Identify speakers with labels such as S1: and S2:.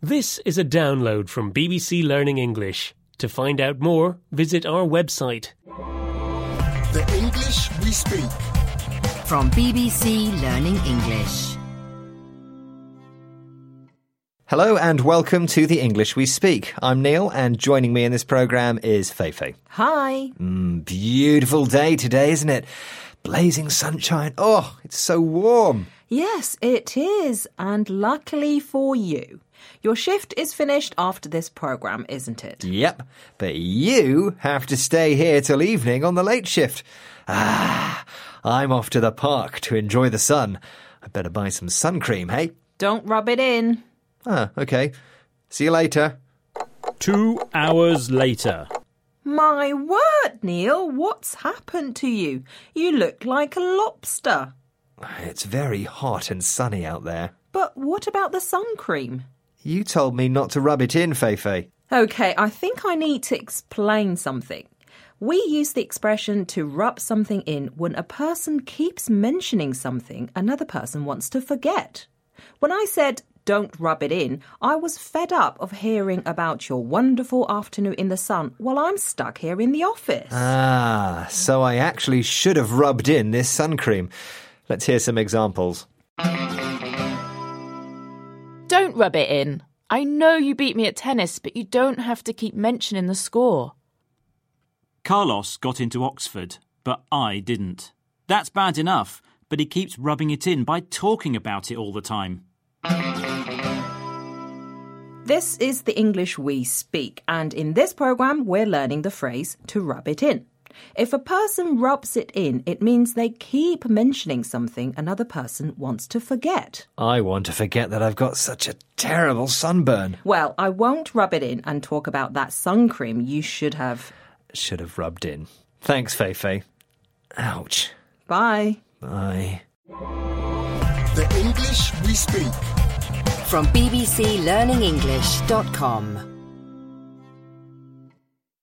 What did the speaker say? S1: This is a download from BBC Learning English. To find out more, visit our website.
S2: The English we speak.
S3: From BBC Learning English.
S4: Hello and welcome to The English We Speak. I'm Neil and joining me in this program is Feifei.
S3: Hi.
S4: Mm, beautiful day today, isn't it? Blazing sunshine. Oh, it's so warm.
S5: Yes, it is. And luckily for you, your shift is finished after this program, isn't it?
S4: Yep, but you have to stay here till evening on the late shift. Ah, I'm off to the park to enjoy the sun. I better buy some sun cream, hey?
S5: Don't rub it in.
S4: Ah, okay. See you later.
S6: Two hours later.
S5: My word, Neil, what's happened to you? You look like a lobster.
S4: It's very hot and sunny out there.
S5: But what about the sun cream?
S4: You told me not to rub it in, Feifei.
S5: Okay, I think I need to explain something. We use the expression to rub something in when a person keeps mentioning something another person wants to forget. When I said don't rub it in, I was fed up of hearing about your wonderful afternoon in the sun while I'm stuck here in the office.
S4: Ah, so I actually should have rubbed in this sun cream. Let's hear some examples.
S7: Don't rub it in. I know you beat me at tennis, but you don't have to keep mentioning the score.
S6: Carlos got into Oxford, but I didn't. That's bad enough, but he keeps rubbing it in by talking about it all the time.
S5: This is the English we speak, and in this program, we're learning the phrase to rub it in. If a person rubs it in, it means they keep mentioning something another person wants to forget.
S4: I want to forget that I've got such a terrible sunburn.
S5: Well, I won't rub it in and talk about that sun cream you should have.
S4: Should have rubbed in. Thanks, Feifei. Ouch.
S5: Bye.
S4: Bye.
S2: The English we speak.
S3: From bbclearningenglish.com.